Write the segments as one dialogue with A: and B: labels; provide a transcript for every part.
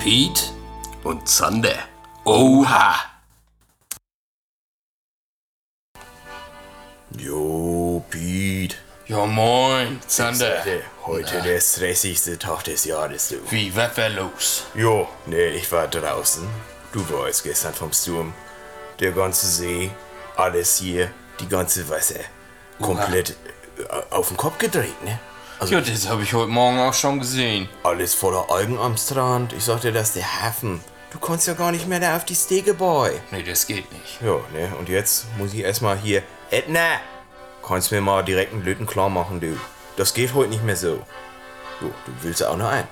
A: Pete
B: und Zander.
A: Oha.
C: Jo, Piet.
A: Ja moin, Zander.
C: Heute der stressigste Tag des Jahres, du.
A: Wie, was war los?
C: Jo, nee, ich war draußen. Du warst gestern vom Sturm. Der ganze See, alles hier, die ganze Wasser. Komplett äh, auf den Kopf gedreht, ne?
A: Ja, das habe ich heute Morgen auch schon gesehen.
C: Alles voller Algen am Strand. Ich sagte, das ist der Hafen. Du konntest ja gar nicht mehr da auf die Stege, Boy.
A: Nee, das geht nicht.
C: Jo, ne, und jetzt muss ich erstmal hier. Edna! Kannst mir mal direkt einen Löten klar machen, du. Das geht heute nicht mehr so. Jo, du willst ja auch noch ein.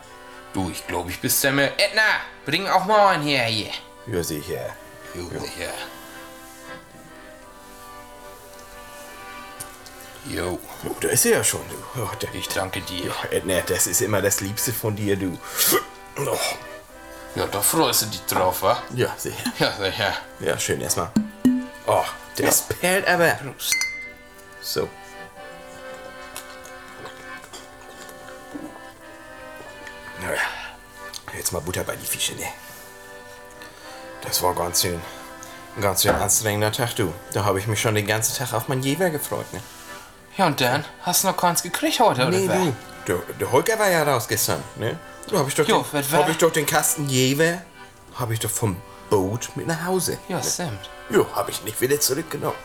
A: Du, ich glaube, ich bist der Müll. Edna, bring auch mal einen her hier.
C: Ja, sicher.
A: Jo, ja. Jo,
C: Jo, da ist er ja schon, du. Ja, der,
A: ich danke dir.
C: Edna, das ist immer das Liebste von dir, du. Oh,
A: Ja, da freust du dich drauf, wa?
C: ja, sicher.
A: Ja, sicher.
C: Ja, schön erstmal. Oh, das perlt aber. So. Naja, jetzt mal Butter bei die Fische, ne? Das war ganz schön. Ein ganz schön anstrengender Tag, du. Da habe ich mich schon den ganzen Tag auf meinen Jever gefreut, ne?
A: Ja, und dann hast du noch keins gekriegt heute, oder was?
C: du. Der, der Holger war ja raus gestern, ne? Da habe ich, doch
A: Jo,
C: den-
A: was war?
C: hab ich doch den Kasten Jever, habe ich doch vom Boot mit nach Hause.
A: Ja, stimmt.
C: Jo, habe ich nicht wieder zurückgenommen.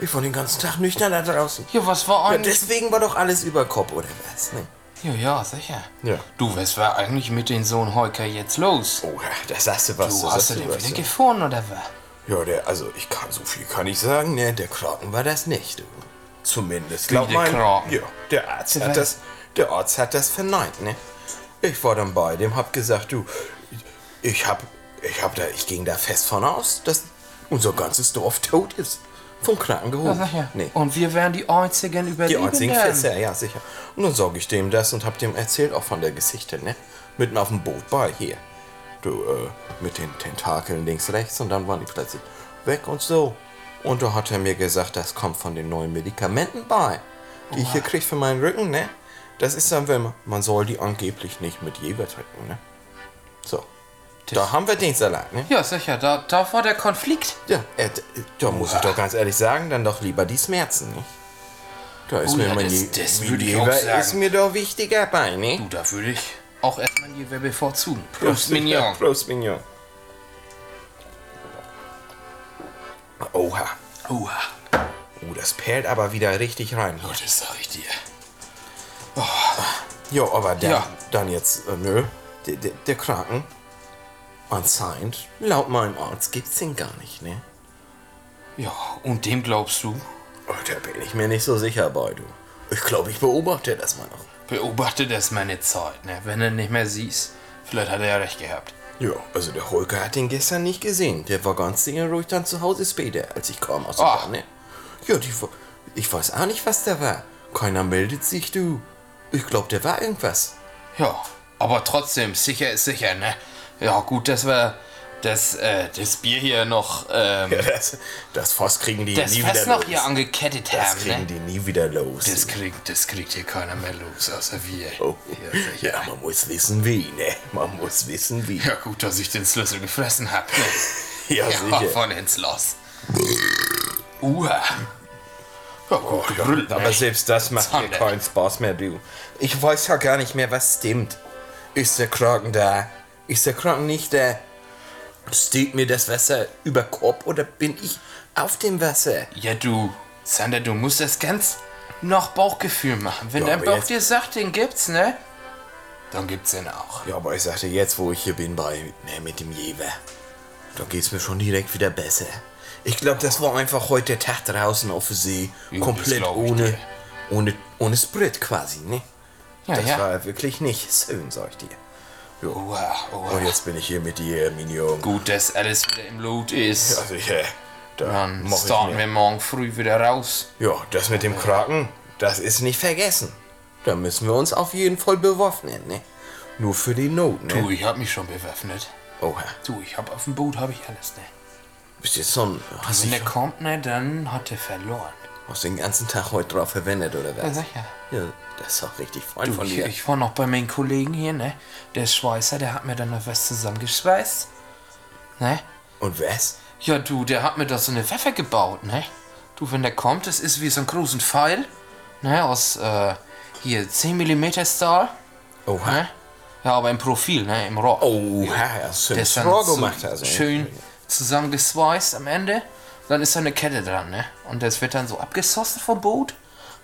C: Ich war den ganzen Tag nüchtern da draußen.
A: Ja, was war
C: Ja,
A: eigentlich?
C: deswegen war doch alles über Kopf, oder was? Ne?
A: Ja, ja, sicher.
C: Ja.
A: Du, was war eigentlich mit dem Sohn Heuker jetzt los?
C: Oh, ja, da sagst du was.
A: Du,
C: da
A: hast du
C: sagst
A: den
C: was,
A: wieder
C: ja.
A: gefunden, oder was?
C: Ja, der, also ich kann, so viel kann ich sagen, ne, der Kraken war das nicht. du. Zumindest glaubt
A: Wie der
C: mein,
A: Kraken?
C: ja, der Arzt
A: Was?
C: hat das, der Arzt hat das verneint, ne. Ich war dann bei dem, hab gesagt, du, ich hab, ich hab da, ich ging da fest von aus, dass unser ganzes Dorf tot ist. Vom Kraken geholt.
A: Sicher.
C: Nee.
A: Und wir wären die einzigen
C: Die
A: Überlebenden.
C: einzigen Fässer, ja, sicher. Und dann sage ich dem das und hab dem erzählt auch von der Geschichte, ne? Mitten auf dem Boot bei hier. Du, äh, mit den Tentakeln links, rechts und dann waren die plötzlich weg und so. Und da hat er mir gesagt, das kommt von den neuen Medikamenten bei, die ich hier krieg für meinen Rücken, ne? Das ist dann, wenn man, man soll die angeblich nicht mit Jäger trinken, ne? So. da haben wir den Salat, ne?
A: Ja, sicher, da, da war der Konflikt.
C: Ja, äh, d- da muss ich doch ganz ehrlich sagen, dann doch lieber die Schmerzen, ne? Da ist
A: Oh
C: mir
A: ja,
C: mein
A: das-
C: Lie-
A: das
C: mein
A: würde ich
C: Lieber
A: auch sagen.
C: ist mir doch wichtiger bei, ne?
A: Du, da würde ich auch erstmal die Werbe vorzugen. Prost,
C: Ja,
A: Mignon.
C: Prost, Mignon. Oha.
A: Uah,
C: Oh, das perlt aber wieder richtig rein.
A: oh, das sag ich dir.
C: Jo, aber dann,
A: Ja.
C: dann jetzt, äh, nö. Der, der, der Kraken, anscheinend, laut meinem Arzt gibt's den gar nicht, ne?
A: Ja, und dem glaubst du?
C: Oh, da bin ich mir nicht so sicher bei, du. Ich glaube, ich beobachte das mal noch.
A: Beobachte das meine Zeit, ne? Wenn du nicht mehr siehst. Vielleicht hat er ja recht gehabt.
C: Ja, also der Holger hat den gestern nicht gesehen. Der war ganz seelenruhig dann zu Hause später, als ich kam aus der
A: Ah.
C: Bahn. Ja, die, wa- ich weiß auch nicht, was da war. Keiner meldet sich, du. Ich glaube, da war irgendwas.
A: Ja, aber trotzdem, sicher ist sicher, ne? Ja, gut, dass wir das, äh, das Bier hier noch, ähm,
C: das, das Fass kriegen die
A: das Fass noch hier angekettet
C: Das
A: haben,
C: kriegen
A: ne?
C: die nie wieder los.
A: Das kriegt, das kriegt hier keiner mehr los, außer wir.
C: oh.
A: Ja, sicher.
C: ja, man muss wissen, wie, ne? Man muss wissen, wie.
A: ja, gut, dass ich den Schlüssel gefressen hab, ne?
C: Ja, sicher.
A: von ins Los. Uha. Ja, gut, gebrüllt,
C: Oh, Aber
A: ne?
C: selbst das macht mir
A: Zander.
C: keinen Spaß mehr, du. Ich weiß ja gar nicht mehr, was stimmt. Ist der Kraken da? Ist der Kraken nicht da? Steht mir das Wasser über Kopf oder bin ich auf dem Wasser?
A: Ja, du, Sander, du musst das ganz nach Bauchgefühl machen. Wenn
C: Ja,
A: dein
C: aber
A: Bauch
C: jetzt-
A: dir sagt, den gibt's, ne? Dann gibt's den auch.
C: Ja, aber ich sagte, jetzt wo ich hier bin bei ne, mit dem Jever, da geht's mir schon direkt wieder besser. Ich glaube, das war einfach heute der Tag draußen auf dem See.
A: Jo, das
C: komplett
A: glaub ich
C: ohne,
A: dir.
C: ohne, ohne Sprit quasi, ne?
A: Ja,
C: das
A: ja.
C: war wirklich nicht schön, sag ich dir. Oh,
A: Oha, oha.
C: Und jetzt bin ich hier mit dir, Minion.
A: Gut, dass alles wieder im Lot ist.
C: Also ich, äh, da
A: Dann
C: mach ich
A: starten
C: mir.
A: wir morgen früh wieder raus.
C: Ja, das mit dem Kraken, das ist nicht vergessen. Da müssen wir uns auf jeden Fall bewaffnen, ne? Nur für die Not,
A: Du,
C: ne?
A: ich hab mich schon bewaffnet.
C: Oha.
A: Du, ich hab auf dem Boot hab ich alles, ne?
C: Bist jetzt so ein... Hast
A: Wenn der
C: dich,
A: kommt, ne, dann hat er verloren.
C: Hast du den ganzen Tag heute drauf verwendet, oder was?
A: Ja, sicher.
C: Ja, das ist auch richtig freundlich von
A: Also- Ich,
C: dir.
A: ich war noch bei meinen Kollegen hier, ne? Der Schweißer, der hat mir dann noch was zusammengeschweißt. Ne?
C: Und was?
A: Ja, du, der hat mir da so eine Waffe gebaut, ne? Du, wenn der kommt, das ist wie so ein großen Pfeil, ne? Aus, äh, hier 10 mm Stahl,
C: Oha.
A: ne? Ja, aber im Profil, ne? Im Rock.
C: Oha, er ist
A: der
C: ein
A: ist dann
C: Straw
A: so
C: gemacht. Also.
A: schön zusammengesweißt am Ende. Dann ist da eine Kette dran, ne? Und das wird dann so abgesossen vom Boot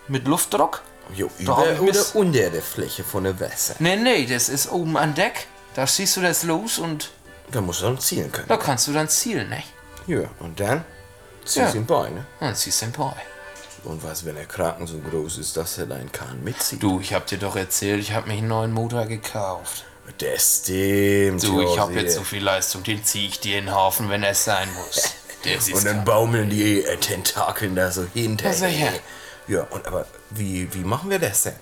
A: mit Luftdruck.
C: Jo,
A: Da hab
C: über
A: ich
C: oder
A: was-
C: unter der Fläche von der Wasser.
A: Nee, nee, Ne, das ist oben an Deck. Da schießt du das los und
C: Da musst du dann zielen können.
A: da kannst du dann zielen, ne?
C: Ja, und dann ziehst
A: Ja.
C: du ihn bei, ne?
A: Dann ziehst du den Boy.
C: Und was, wenn der Kraken so groß ist, dass er deinen Kahn mitzieht?
A: Du, ich hab dir doch erzählt, ich hab mich einen neuen Motor gekauft.
C: Das stimmt.
A: Du, ich hab
C: Josi.
A: jetzt so viel Leistung, den zieh ich dir in den Haufen, wenn es sein muss. Der ist
C: Und dann
A: krank.
C: baumeln die äh, Tentakeln da so hinter.
A: Ja, sicher.
C: Ja, und aber wie, wie machen wir das denn?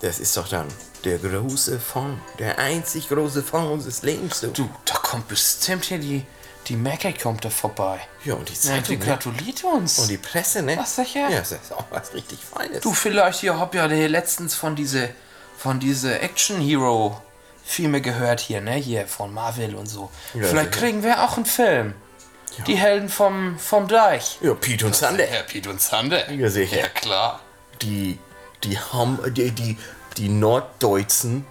C: Das ist doch dann der große Fond, der einzig große Fond unseres Lebens. Du.
A: Du, da kommt bestimmt hier die, die Macke kommt da vorbei.
C: Ja, und die
A: Ja,
C: Zeitung,
A: die
C: ne?
A: gratuliert uns.
C: Und die Presse, ne?
A: Ach, sicher.
C: Ja, das ist auch was richtig Feines.
A: Du, vielleicht, ihr habt ja hier letztens von diese, von diese Action-Hero-Filme gehört hier, ne? Hier von Marvel und so.
C: Ja,
A: vielleicht
C: sicher.
A: kriegen wir auch einen Film. Die Helden vom, vom Deich.
C: Ja, Pete und Sander.
A: Pete und Sander.
C: Ja, sicher.
A: Ja, klar.
C: Die, die haben, die, die, die norddeutschen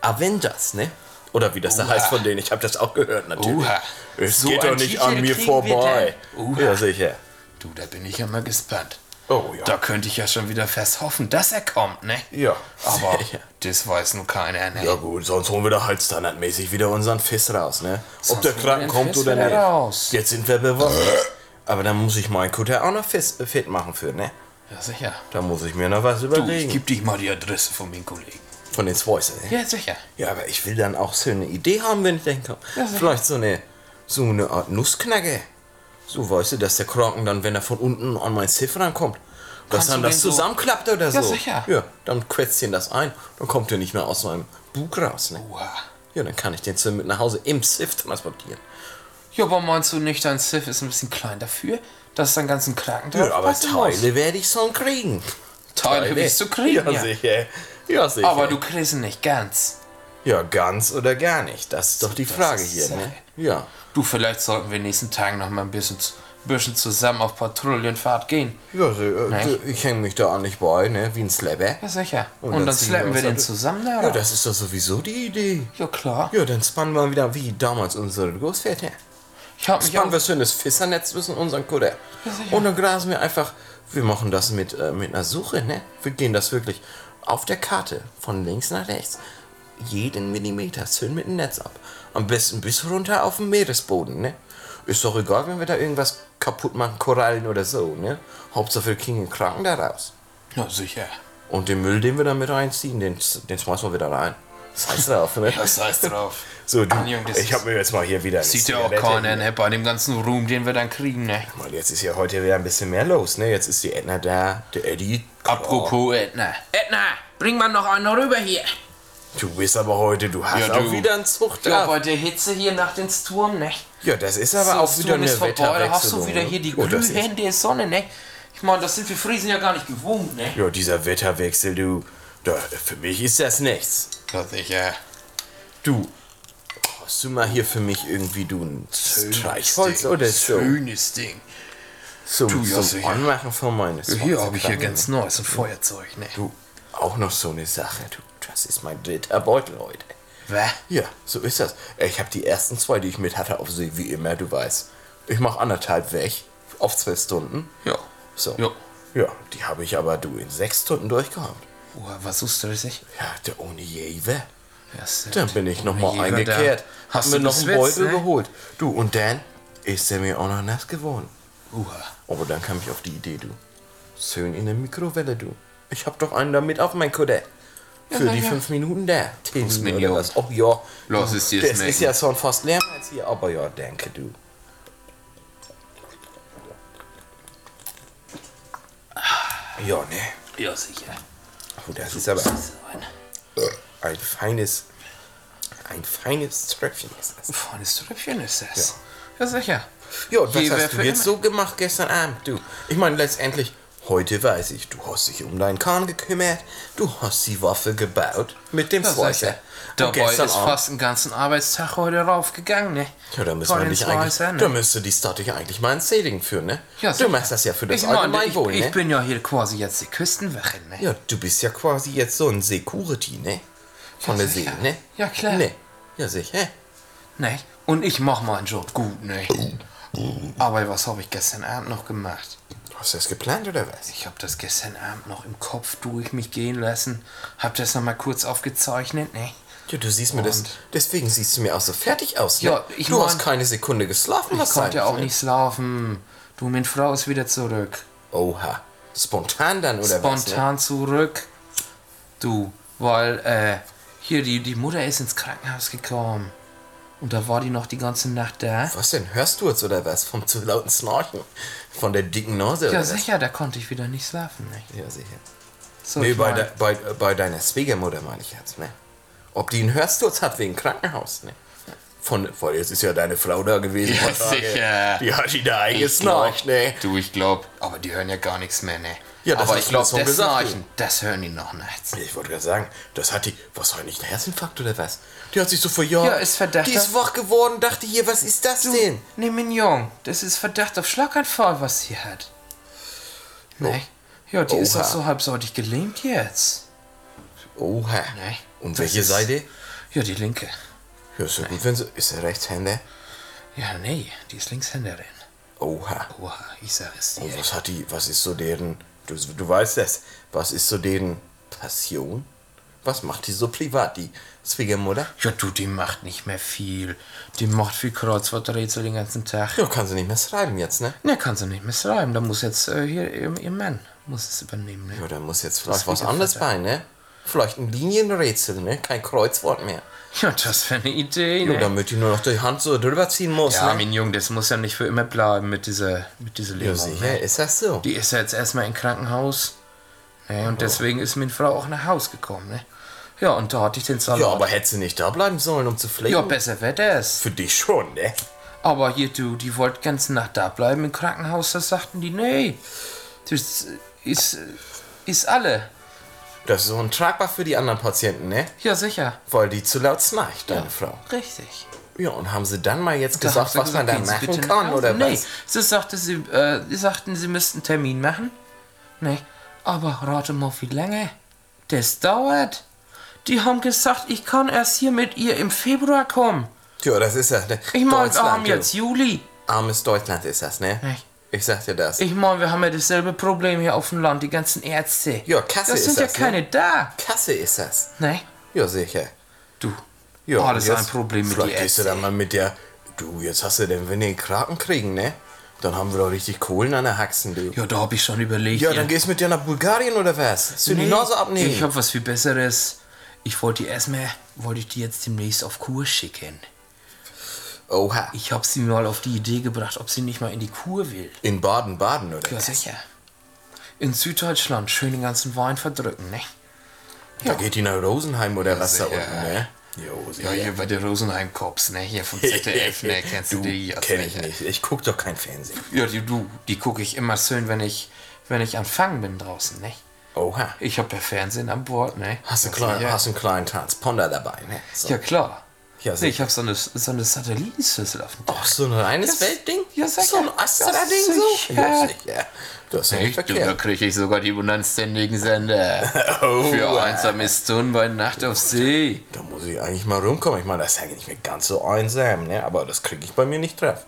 C: Avengers, ne? Oder wie das da
A: Oha.
C: heißt von denen. Ich habe das auch gehört, natürlich.
A: Oha.
C: Es
A: So
C: geht doch
A: ein
C: nicht
A: Titel
C: an mir
A: kriegen wir
C: vorbei.
A: denn. Oha.
C: Ja, sicher.
A: Du, da bin ich ja mal gespannt.
C: Oh, ja.
A: Da könnte ich ja schon wieder fest hoffen, dass er kommt, ne?
C: Ja.
A: Aber
C: Ja.
A: das weiß nun keiner, ne?
C: Ja gut, sonst holen wir da halt standardmäßig wieder unseren Fiss raus, ne? Ob
A: Sonst
C: der
A: holen wir
C: Kraken
A: den
C: kommt
A: Fiss
C: oder
A: wieder
C: nicht.
A: raus.
C: Jetzt sind wir bewaffnet. Aber dann muss ich meinen Kutter auch noch Fiss, äh, fit machen für, ne?
A: Ja, sicher.
C: Da muss ich mir noch was
A: Du, ich
C: überlegen.
A: geb dich mal die Adresse von meinen Kollegen.
C: Von den Voices, ne?
A: Ja, sicher.
C: Ja, aber ich will dann auch so eine Idee haben, wenn ich dann komme.
A: Ja, sicher.
C: Vielleicht so eine, so eine Art Nussknacke. So, weißt du, dass der Kraken dann, wenn er von unten an mein Schiff rankommt, dass
A: Kannst
C: dann
A: du
C: das
A: den so-
C: zusammenklappt oder so.
A: Ja, sicher.
C: Ja, dann quetscht ihn das ein. Dann kommt er nicht mehr aus meinem Bug raus, ne?
A: Oha.
C: Ja, dann kann ich den Zimmer mit nach Hause im Sif transportieren.
A: Ja, aber meinst du nicht, dein Sith ist ein bisschen klein dafür, dass dein ganzen Kraken drauf
C: Ja, aber
A: passen muss?
C: Teile werde ich schon kriegen.
A: Teile wirst du kriegen,
C: Ja,
A: ja.
C: sicher. Ja, sicher.
A: Aber du kriegst ihn nicht ganz.
C: ja, ganz oder gar nicht. Das ist doch die
A: Das
C: Frage
A: ist
C: hier,
A: Sache.
C: ne? Ja.
A: Du, vielleicht sollten wir in den nächsten Tagen noch mal ein bisschen, bisschen zusammen auf Patrouillenfahrt gehen.
C: Ja, so, äh,
A: Nein.
C: so, ich hänge mich da an nicht bei, ne? Wie ein Slapper.
A: Ja, sicher.
C: Und
A: Und,
C: dann
A: dann
C: ziehen
A: slappen
C: Oh, wir
A: wir
C: uns
A: den
C: ab.
A: zusammen da
C: Ja,
A: raus.
C: das ist doch sowieso die Idee.
A: Ja, klar.
C: Ja, dann spannen wir wieder wie damals unsere Großväter.
A: Ich hab mich
C: Spannen
A: auch...
C: wir schönes Fissernetz zwischen unseren Kutter.
A: sicher.
C: Und dann grasen wir einfach. Wir machen das mit, äh, mit einer Suche, ne? Wir gehen das wirklich auf der Karte von links nach rechts. Jeden Millimeter schön mit dem Netz ab. Am besten bis runter auf den Meeresboden, ne? Ist doch egal, wenn wir da irgendwas kaputt machen, Korallen oder so, ne? Hauptsache wir kriegen den Kraken da raus.
A: Ja, sicher.
C: Und den Müll, den wir da mit reinziehen, den, den schmeißen wir wieder rein. Scheiß drauf, ne?
A: Das heißt drauf.
C: So, du,
A: Mann, Junge, das
C: ich
A: ist-
C: habe mir jetzt mal hier wieder. eine
A: Sieht ja auch
C: Zigarette
A: keiner,
C: hier.
A: ne? Bei dem ganzen Ruhm, den wir dann kriegen, ne?
C: Mal, Jetzt ist ja heute wieder ein bisschen mehr los, ne? Jetzt ist die Edna da, der Eddie.
A: Apropos Edna. Edna, bring mal noch einen rüber hier.
C: Oh, Du bist aber heute, du hast
A: Ja,
C: auch
A: du.
C: wieder einen
A: Ja,
C: Zuchtlab.
A: bei der Hitze hier nach dem Sturm, ne?
C: Ja, das ist aber
A: So,
C: auch wieder
A: Sturm
C: eine
A: ist vorbei, da hast
C: Wetterwechselung.
A: du wieder hier die
C: ne? Oh, das ist-
A: glühende Sonne, ne? Ich meine, das sind wir Friesen ja gar nicht gewohnt, ne?
C: Ja, dieser Wetterwechsel, du. Da, für mich ist das nichts.
A: Ja, sicher.
C: Du. Hast du mal hier für mich irgendwie du ein Streichholz oder so?
A: Schönes Ding.
C: Zum,
A: Du, ja,
C: zum
A: sicher.
C: Anmachen von meines.
A: Hier habe ich ja ganz neues ein Feuerzeug, ne?
C: Du, auch noch so eine Sache. Du, das ist mein dritter Beutel heute.
A: Wä?
C: Ja, so ist das. Äh, Ich habe die ersten zwei, die ich mit hatte, auf See, wie immer, du weißt. Ich mache anderthalb weg, auf zwölf Stunden.
A: Ja.
C: So.
A: Ja.
C: Ja, die habe ich aber, du, in sechs Stunden durchgehabt.
A: Oha, was suchst du das nicht?
C: Ja, der ohne Jewe.
A: Ja, stimmt.
C: Dann bin ich nochmal
A: Ohne Jewe, da
C: eingekehrt. Hab
A: hast
C: mir
A: du
C: noch einen
A: geschwitzt,
C: Beutel
A: ne?
C: geholt. Du, und dann ist er mir auch noch nass geworden.
A: Oha.
C: Aber dann kam ich auf die Idee, du. Schön in der Mikrowelle, du. Ich hab doch einen damit auf mein Kutter. Für
A: na
C: die
A: ja.
C: fünf Minuten da. Titten
A: Minion.
C: oder was. Och ja.
A: Lass es dir
C: Das ist
A: schmecken.
C: ja schon fast leer als hier, aber ja, danke, du. Ja, ne.
A: Ja, sicher.
C: Oh, das ist aber ein feines, ein feines Tröpfchen. ist das.
A: Ein feines Tröpfchen ist das. Ja, sicher.
C: Ja, und was
A: Jewe
C: hast du
A: für
C: jetzt
A: immer.
C: so gemacht gestern Abend, du? Ich meine, letztendlich, Heute weiß ich, du hast dich um deinen Kahn gekümmert, du hast die Waffe gebaut mit dem Fäuser. Und
A: Dabei ist
C: gestern Abend-
A: fast einen ganzen Arbeitstag heute raufgegangen, ne?
C: Ja, da müssen
A: Vor
C: wir
A: den
C: nicht
A: zwei
C: eigentlich.
A: Sänen.
C: Da müsste die Stadt dich eigentlich mal ins Sailing führen, ne?
A: Ja,
C: du
A: sicher.
C: machst das ja für das
A: Ich meine, ich,
C: Allgemeinwohl,
A: ich
C: ne?
A: bin ja hier quasi jetzt die Küstenwache, ne?
C: Ja, du bist ja quasi jetzt so ein Security, ne? Von
A: Ja,
C: der See,
A: sicher.
C: ne?
A: Ja, klar.
C: Ne? Ja, sicher.
A: Ne? Und ich mach meinen Job gut, ne? Aber was habe ich gestern Abend noch gemacht?
C: Hast du das geplant oder was?
A: Ich habe das gestern Abend noch im Kopf durch mich gehen lassen, hab das nochmal kurz aufgezeichnet, ne?
C: Ja, du siehst mir das.
A: Und-
C: Deswegen siehst du mir auch so fertig aus, ne?
A: Ja, ich
C: Du hast
A: mein-
C: keine Sekunde geschlafen, was
A: Konnte ja
C: eigentlich,
A: auch
C: ne?
A: nicht schlafen. Du, meine Frau ist wieder zurück.
C: Oha. Spontan dann oder was? ne?
A: spontan zurück. Du, weil äh, hier die, die Mutter ist ins Krankenhaus gekommen. Und da war die noch die ganze Nacht da.
C: Was denn? Hörst du jetzt oder was? Vom zu lauten Snorchen? Von der dicken Nase oder
A: Ja,
C: was?
A: sicher, da konnte ich wieder nicht schlafen. Ne?
C: Ja, sicher.
A: So,
C: Nee,
A: ich
C: bei,
A: mein,
C: de, bei, äh, bei deiner Schwiegermutter meine ich jetzt, ne? Ob die einen Hörsturz hat wegen Krankenhaus, ne? Von, weil jetzt ist ja deine Frau da gewesen.
A: Ja,
C: paar Tage.
A: sicher.
C: Die hat die da
A: ich glaub-
C: eingesnarcht, ne?
A: Du, ich glaube, aber die hören ja gar nichts mehr, ne?
C: Ja, das
A: aber
C: hast
A: ich
C: du
A: glaube,
C: mir so
A: das
C: gesagt,
A: Schnarchen, das hören die noch nachts.
C: Ich wollte gerade sagen, das hat die. Was war nicht ein Herzinfarkt oder was? Die hat sich so vor Jahren.
A: Ja, ist Verdacht
C: Die ist
A: auf-
C: wach geworden, dachte hier, was ist das denn?
A: Ne, Mignon, das ist Verdacht auf Schlaganfall, was sie hat. Ne? Ja, die ist
C: Oha.
A: doch so halbseitig gelähmt jetzt.
C: Oha.
A: Ne?
C: Und
A: Das
C: welche
A: ist-
C: Seite?
A: Ja, die linke.
C: Ja, ist ja gut, wenn sie. Ist er Rechtshänder?
A: Ja, nee, die ist Linkshänderin.
C: Oha.
A: Oha, ich sag es dir.
C: Und was hat die, was ist so deren, du, du weißt das, was ist so deren Passion? Was macht die so privat, die Schwiegermutter?
A: Ja, du, die macht nicht mehr viel. Die macht viel Kreuzworträtsel den ganzen Tag.
C: Ja, kann sie nicht mehr schreiben jetzt, ne?
A: Ne, kann sie nicht mehr schreiben. Da muss jetzt äh, hier ihr, ihr Mann muss es übernehmen. Ne?
C: Ja, da muss jetzt vielleicht
A: ist
C: was
A: wieder
C: anderes bei, ne? Vielleicht ein Linienrätsel, ne? Kein Kreuzwort mehr.
A: Ja, das wäre eine Idee.
C: Ja,
A: Ne?
C: damit die nur noch die Hand so drüber ziehen muss,
A: Ja,
C: ne?
A: mein Junge, das muss ja nicht für immer bleiben mit dieser, mit dieser
C: Ja,
A: Lähmung.
C: sicher,
A: ne?
C: ist das so.
A: Die ist ja jetzt erstmal im Krankenhaus. Ne? Und deswegen ist meine Frau auch nach Haus gekommen. Ne? Ja, und da hatte ich den Salat.
C: ja, aber hätte sie nicht da bleiben sollen, um zu pflegen?
A: ja besser wäre das.
C: Für dich schon, ne?
A: Aber hier, du, die wollte ganze Nacht da bleiben im Krankenhaus, das sagten die, nee. Das ist, ist alle.
C: Das ist so untragbar für die anderen Patienten, ne?
A: Ja, sicher.
C: Weil die zu laut schnarcht, deine Frau.
A: Richtig.
C: Ja, und haben sie dann mal jetzt
A: Da
C: gesagt,
A: hat sie
C: was man da
A: gehen Sie bitte
C: machen
A: nach
C: kann
A: Hause.
C: oder
A: nee.
C: was?
A: Sie, sagte, sie, äh, sie sagten, sie müssten einen Termin machen. Nee, aber rate mal, wie lange das dauert. Die haben gesagt, ich kann erst hier mit ihr im Februar kommen.
C: Ja, das ist ja. ne,
A: Ich meine, wir
C: Deutschland,
A: haben
C: du.
A: jetzt Juli.
C: Armes Deutschland ist das, ne?
A: Echt?
C: Ich sag dir das.
A: Ich meine, wir haben ja dasselbe Problem hier auf dem Land, die ganzen Ärzte.
C: Ja, Kasse
A: Das
C: ist
A: sind ja
C: das, ne?
A: keine da.
C: Kasse ist das.
A: Nee.
C: Ja, sicher.
A: Du.
C: Ja,
A: oh,
C: und
A: das ist
C: jetzt-
A: ein Problem mit
C: Vielleicht
A: die
C: gehst du
A: Ärzte.
C: dann mal mit der. Du, jetzt hast du denn, wenn wir den Kraken kriegen, ne? Dann haben wir doch richtig Kohlen an der Haxen, du. Ja,
A: Ja, da hab ich schon überlegt.
C: dann gehst du mit dir nach Bulgarien oder was? Willst du die Nase abnehmen?
A: Ich hab was viel Besseres. Ich wollte die erstmal, wollte ich die jetzt demnächst auf Kur schicken.
C: Oha.
A: Ich hab sie mal auf die Idee gebracht, ob sie nicht mal in die Kur will.
C: In Baden-Baden, oder?
A: Ja, sicher. In Süddeutschland schön den ganzen Wein verdrücken, ne?
C: Da geht die nach Rosenheim oder was da
A: sicher.
C: unten, ne? Jo, sicher.
A: bei den Rosenheim-Cops, ne? Hier vom
C: ne, du, kenn ich nicht. Ich guck doch kein Fernsehen.
A: Ja, die, du, die gucke ich immer schön, wenn ich, wenn ich am Fangen bin draußen, ne?
C: Oha.
A: Ich hab ja Fernsehen an Bord, ne?
C: Hast einen
A: Ja,
C: kleinen,
A: sicher.
C: hast einen kleinen Transponder dabei, ne? So.
A: Ja, klar.
C: Ja,
A: nee, ich habe so eine, so eine Satellitenschüssel auf dem Dach.
C: Ach, so ein reines Weltding?
A: Ja, sicher.
C: So ein Astra-Ding
A: Ja,
C: so?
A: sicher.
C: Ja, sicher. Das ist nicht verkehrt.
A: kriege ich sogar die unanständigen Sender.
C: Oh, äh,
A: einsame Stunden bei Nacht auf See.
C: Da muss ich eigentlich mal rumkommen. Ich meine, das ist ja nicht mehr ganz so einsam, ne? Aber das kriege ich bei mir nicht drauf.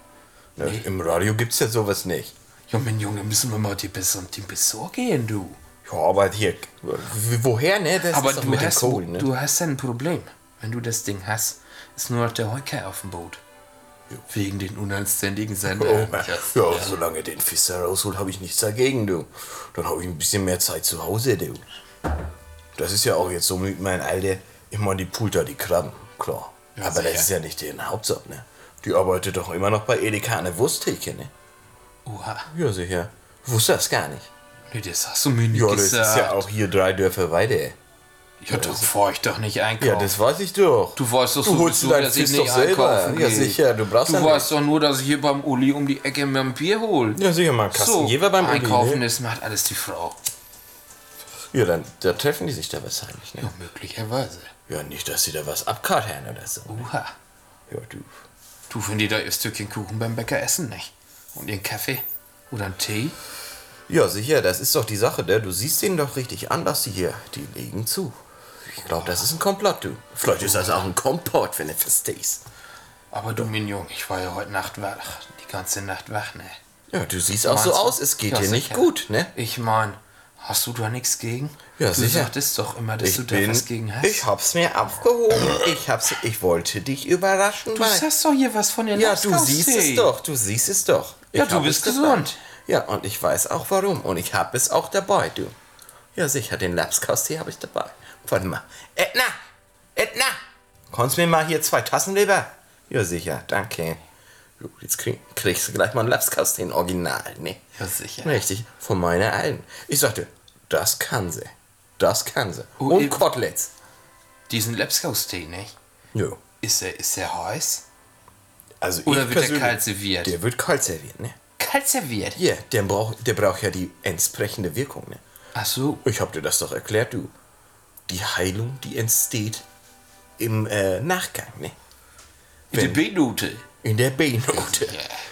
C: Ne? Im Radio gibt's ja sowas nicht.
A: Ja, mein Junge, müssen wir mal die Bes und den Besor gehen, du.
C: Ja, aber hier, w- woher, ne? Das
A: Aber
C: ist doch
A: du
C: mit den
A: hast,
C: Kohlen, ne?
A: du hast ja ein Problem. Wenn du das Ding hast, ist nur noch der Heuker auf dem Boot. Wegen den unanständigen
C: Oh,
A: Sendern.
C: ja, ja, solange den Fister rausholt, habe ich nichts dagegen, du. Dann habe ich ein bisschen mehr Zeit zu Hause, du. Das ist ja auch jetzt so mit meinen Alter. Ich meine, die Pulter, die Krabben, klar.
A: Ja,
C: Aber
A: sicher.
C: das ist ja nicht deren Hauptsache, ne? Die arbeitet doch immer noch bei Edeka an der Wursttheke, ne?
A: Oha.
C: Ja, sicher. Wusste das gar nicht.
A: Nee, das hast du mir nicht
C: Ja, das
A: gesagt.
C: ist ja auch hier drei Dörfer weiter.
A: Ja, da fahr ich doch nicht einkaufen.
C: Ja, das weiß ich doch.
A: Du weißt doch
C: Du holst
A: sowieso,
C: dir dein
A: dass ich
C: Fisch
A: nicht
C: doch selber.
A: einkaufen
C: Ja,
A: gehe.
C: sicher, du brauchst
A: Du
C: ja
A: weißt doch nur, dass ich hier beim Uli um die Ecke mir ein Bier hole.
C: ja, sicher mal
A: so,
C: Kassenjewer beim Uli,
A: Einkaufen
C: ne?
A: ist, macht alles die Frau.
C: Ja, dann da treffen die sich da wahrscheinlich. Ne?
A: Ja, möglicherweise.
C: Ja, nicht, dass sie da was abkartern oder so.
A: Uha.
C: Ja, du.
A: Du, wenn die da ihr Stückchen Kuchen beim Bäcker essen, nicht? Und ihren Kaffee? Oder einen Tee?
C: Ja, sicher, das ist doch die Sache, ne? Du siehst denen doch richtig an, dass sie hier, die legen zu. Ich glaube, das ist ein Komplott, du. Vielleicht ist das auch ein Kompott, wenn du verstehst.
A: Aber du, Mignon, ich war ja heute Nacht wach. Die ganze Nacht wach, ne?
C: Ja, du siehst auch so
A: Meinst du?
C: aus, es geht
A: Ja,
C: dir nicht
A: sicher.
C: gut, ne?
A: Ich mein, hast du da nichts gegen?
C: Ja,
A: du
C: sicher.
A: sagtest doch immer, dass du da was gegen hast.
C: ich hab's mir aufgehoben. Ich hab's, ich wollte dich überraschen.
A: du sagst doch hier was von den
C: ja, du siehst es doch, du siehst es doch.
A: Ja,
C: Ich
A: du
C: hab
A: bist
C: es dabei.
A: gesund.
C: Ja, und ich weiß auch warum. Und ich hab es auch dabei, du. Ja, sicher, den Lapskaustee habe ich dabei. Warte mal. Edna! Edna! Kannst mir mal hier zwei Tassen lieber? Ja, sicher, danke. Jo, Jetzt krieg, kriegst du gleich mal einen Lapskaustee, in Original, ne?
A: Ja, sicher.
C: Richtig, von meiner alten. Ich sagte, das kann sie. Das kann sie.
A: Oh,
C: Und
A: eben.
C: Koteletts.
A: Diesen Lepskaus-Tee, nicht?
C: Jo.
A: Ist er, ist er heiß?
C: Also
A: Oder
C: ich
A: wird er
C: persönlich-
A: kalt serviert?
C: Der wird kalt serviert, ne?
A: Kalt serviert?
C: Ja, der braucht, der braucht ja die entsprechende Wirkung, ne?
A: Ach so.
C: Ich hab dir das doch erklärt, du. Die Heilung, die entsteht im äh, Nachgang, ne?
A: Die B-Note.
C: In der B-Note.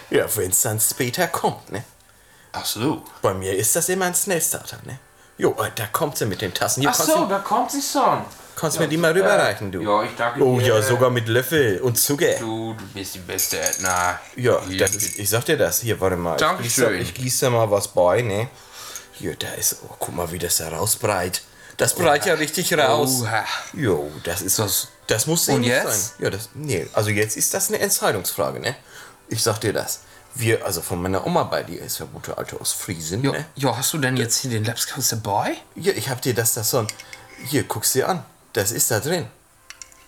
C: Ja, wenn's dann später kommt, ne?
A: Ach so.
C: Bei mir ist das immer ein Schnellstarter, ne? Jo, äh, da kommt sie mit den Tassen. Hier,
A: Ach
C: kannst
A: so,
C: du-
A: da kommt sie schon.
C: kannst mir die mal rüberreichen, du.
A: Ja, ich danke
C: Oh
A: dir.
C: ja, sogar mit Löffel und Zucker.
A: Du, du bist die beste Edna.
C: Ja,
A: Hier,
C: das ist, ich sag dir das. Hier, warte mal.
A: Dankeschön.
C: Ich gieße, ich gieß da mal was bei, ne? Hier, da ist. Oh, guck mal, wie das da rausbreit. Das breit ja richtig raus.
A: Oha.
C: Jo, das ist
A: Das-
C: das. Das muss
A: Und
C: nicht
A: jetzt?
C: sein. Ja, das. Nee, also jetzt ist das eine Entscheidungsfrage, ne? Ich sag dir das. Wir, also von meiner Oma bei dir ist ja gute alte aus Friesen,
A: Jo,
C: ne?
A: jo, hast du denn jetzt hier den Lapskaus dabei?
C: Ja, ich hab dir das, das so ein. Hier, guck's dir an. Das ist da drin.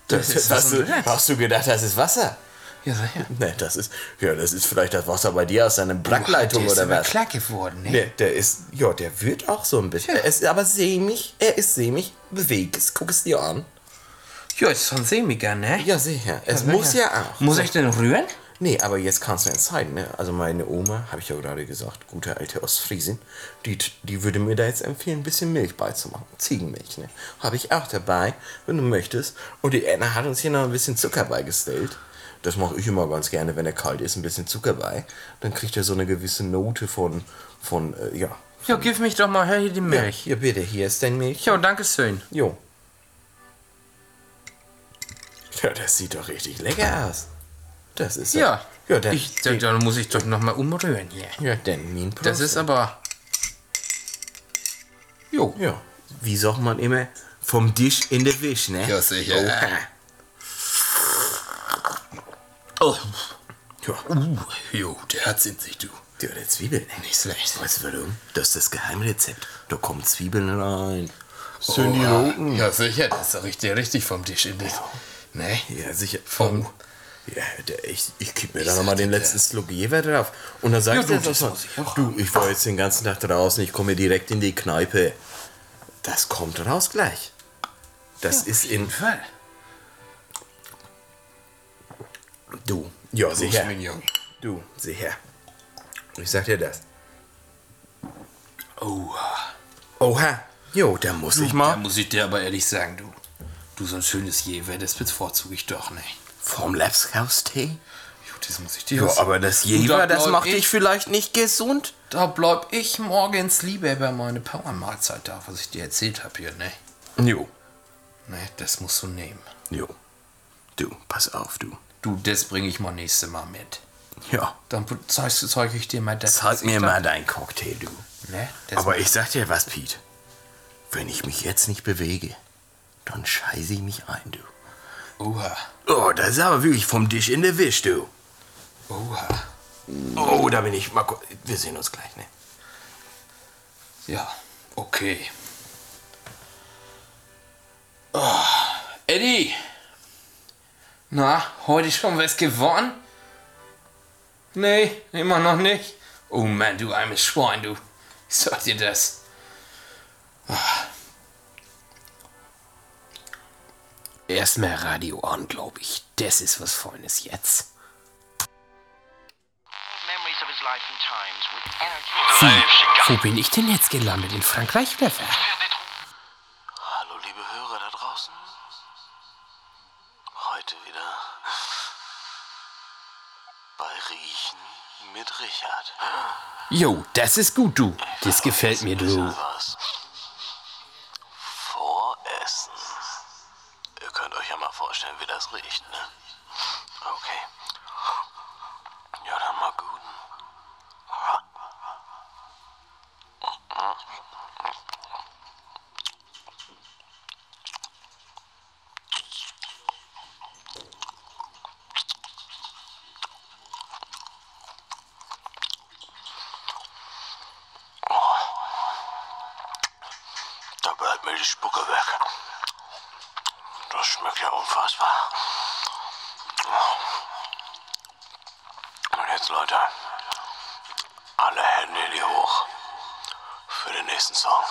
A: Das ist da
C: hast,
A: drin.
C: du, hast du gedacht, das ist Wasser?
A: Ja, sicher.
C: Ne, das ist. Ja, das ist vielleicht das Wasser bei dir aus deiner Brackleitung
A: der ist
C: oder
A: aber
C: was?
A: klar geworden, ne?
C: Der, der ist, ja, der wird auch so ein bisschen.
A: Ja.
C: Er ist aber sämig, er ist sämig, beweg es, guck es dir an.
A: Jo, ist schon sämiger, ne?
C: Ja, sicher, es
A: sicher.
C: muss ja auch.
A: Muss ich den rühren?
C: Nee, aber jetzt kannst du entscheiden, ne? Also meine Oma, habe ich ja gerade gesagt, gute alte Ostfriesin, die, die würde mir da jetzt empfehlen, ein bisschen Milch beizumachen. Ziegenmilch, ne? Habe ich auch dabei, wenn du möchtest. Und die Anna hat uns hier noch ein bisschen Zucker beigestellt. Das mache ich immer ganz gerne, wenn er kalt ist, ein bisschen Zucker bei. Dann kriegt er so eine gewisse Note von, von äh, ja.
A: Jo, gib mich doch mal her hier die
C: Ja,
A: Milch.
C: hier bitte, hier ist dein Milch.
A: Jo, danke schön.
C: Jo. Ja, das sieht doch richtig lecker aus. Das ist
A: Ja.
C: Ja, dann,
A: ich, dann, dann muss ich doch nochmal umrühren hier.
C: ja, dann mein Prost.
A: Das ist aber. Jo.
C: ja. Wie sagt man immer? Vom Tisch in den Wisch, ne?
A: Ja, sicher. Oh.
C: Oha. Ja.
A: Uh, jo, der hat's in sich, du.
C: ja, der Zwiebel. ne?
A: Nicht schlecht.
C: Weißt du warum? Das ist das Geheimrezept. Da kommen Zwiebeln rein.
A: Oh,
C: Schön die
A: ja.
C: roten.
A: Ja, sicher, das ist richtig, richtig vom Tisch in dich. Ne?
C: Ja, sicher.
A: Vom-
C: Oh. Ja, der, ich, ich kipp mir
A: Ich
C: da
A: sag
C: nochmal
A: dir,
C: den
A: der-
C: letzten Slogewer drauf. Und
A: Ja,
C: dann sagst
A: du,
C: du,
A: das
C: das
A: muss ich auch.
C: du, ich war jetzt den ganzen Tag draußen, ich komme direkt in die Kneipe. Das kommt raus gleich. Das ist in.
A: Fall.
C: Du. Ja,
A: Sicher.
C: sicher. Du, sicher. Ich sag dir das.
A: Oh.
C: Oha. Jo, da muss ich
A: Da
C: mal.
A: muss ich dir aber ehrlich sagen, du. Du, so ein schönes Jewe, das bevorzuge ich doch nicht.
C: Vom Lapskaus-Tee?
A: Gut, das muss ich dir
C: Ja,
A: was-
C: aber das
A: Du, da
C: Jever, das
A: glaub
C: macht
A: ich-
C: dich vielleicht nicht gesund.
A: Da bleib ich morgens lieber bei meiner Power-Mahlzeit da, was ich dir erzählt habe hier, ne?
C: Jo.
A: Ne, das musst du nehmen.
C: Jo. Du, pass auf, du.
A: Du, das bringe ich mal nächstes Mal mit.
C: Ja.
A: Dann be- zeigst du, zeig ich dir mal das.
C: Zeig
A: was ich
C: mir
A: da-
C: mal deinen Cocktail, du.
A: Ne? Das
C: Aber ich sag dir was, Pete. Wenn ich mich jetzt nicht bewege, dann scheiße ich mich ein, du.
A: Oha.
C: Oh, das ist aber wirklich vom Tisch in der Wisch, du.
A: Oha.
C: Oh, da bin ich. Mal gu- Wir sehen uns gleich, ne?
A: Ja, okay. Oh, Eddie! Na, heute schon was gewonnen? Nee, immer noch nicht. Oh Mann, du armes Schwein, du. Ich sag dir das. Ah. erstmal Radio an, glaube ich. Das ist was Feines jetzt.
B: memories of his life and times with energy.
A: Puh, wo bin ich denn jetzt gelandet? In Frankreich oder was?
D: Hallo, liebe Hörer da draußen. Heute wieder bei Riechen mit Richard.
A: Jo, das ist gut, du. Das gefällt mir, du.
D: Was? Voressen. Ihr könnt euch ja mal vorstellen, wie das riecht, ne? Okay. Ja, dann mal guten. Da bleibt mir die Spucke weg. Das schmeckt ja unfassbar. Und jetzt, Leute, alle Hände in die hoch für den nächsten Song.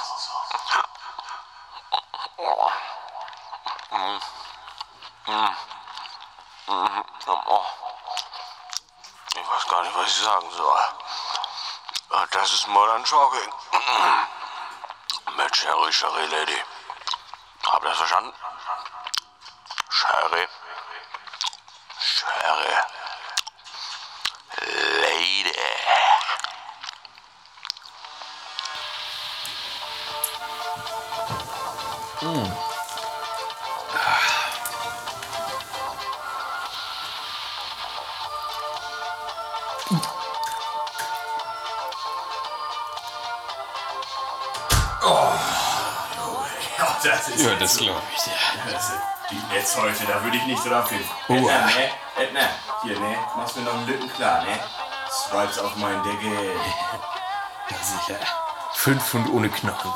D: Ich weiß gar nicht, was ich sagen soll. Das ist Modern Jogging. Mit Sherry, Sherry Lady. Habt ihr das verstanden? Sherry. Sherry. Lady.
E: Das ist
A: Ja, das glaube ich.
E: das ist die Netz heute, da würde ich nicht drauf gehen.
A: Uah.
E: Edna, ne? Edna, hier, ne? Machst mir noch einen Lücken klar, ne? Swipes auf meinen Deckel.
A: Ja, sicher. Fünf Pfund ohne Knochen.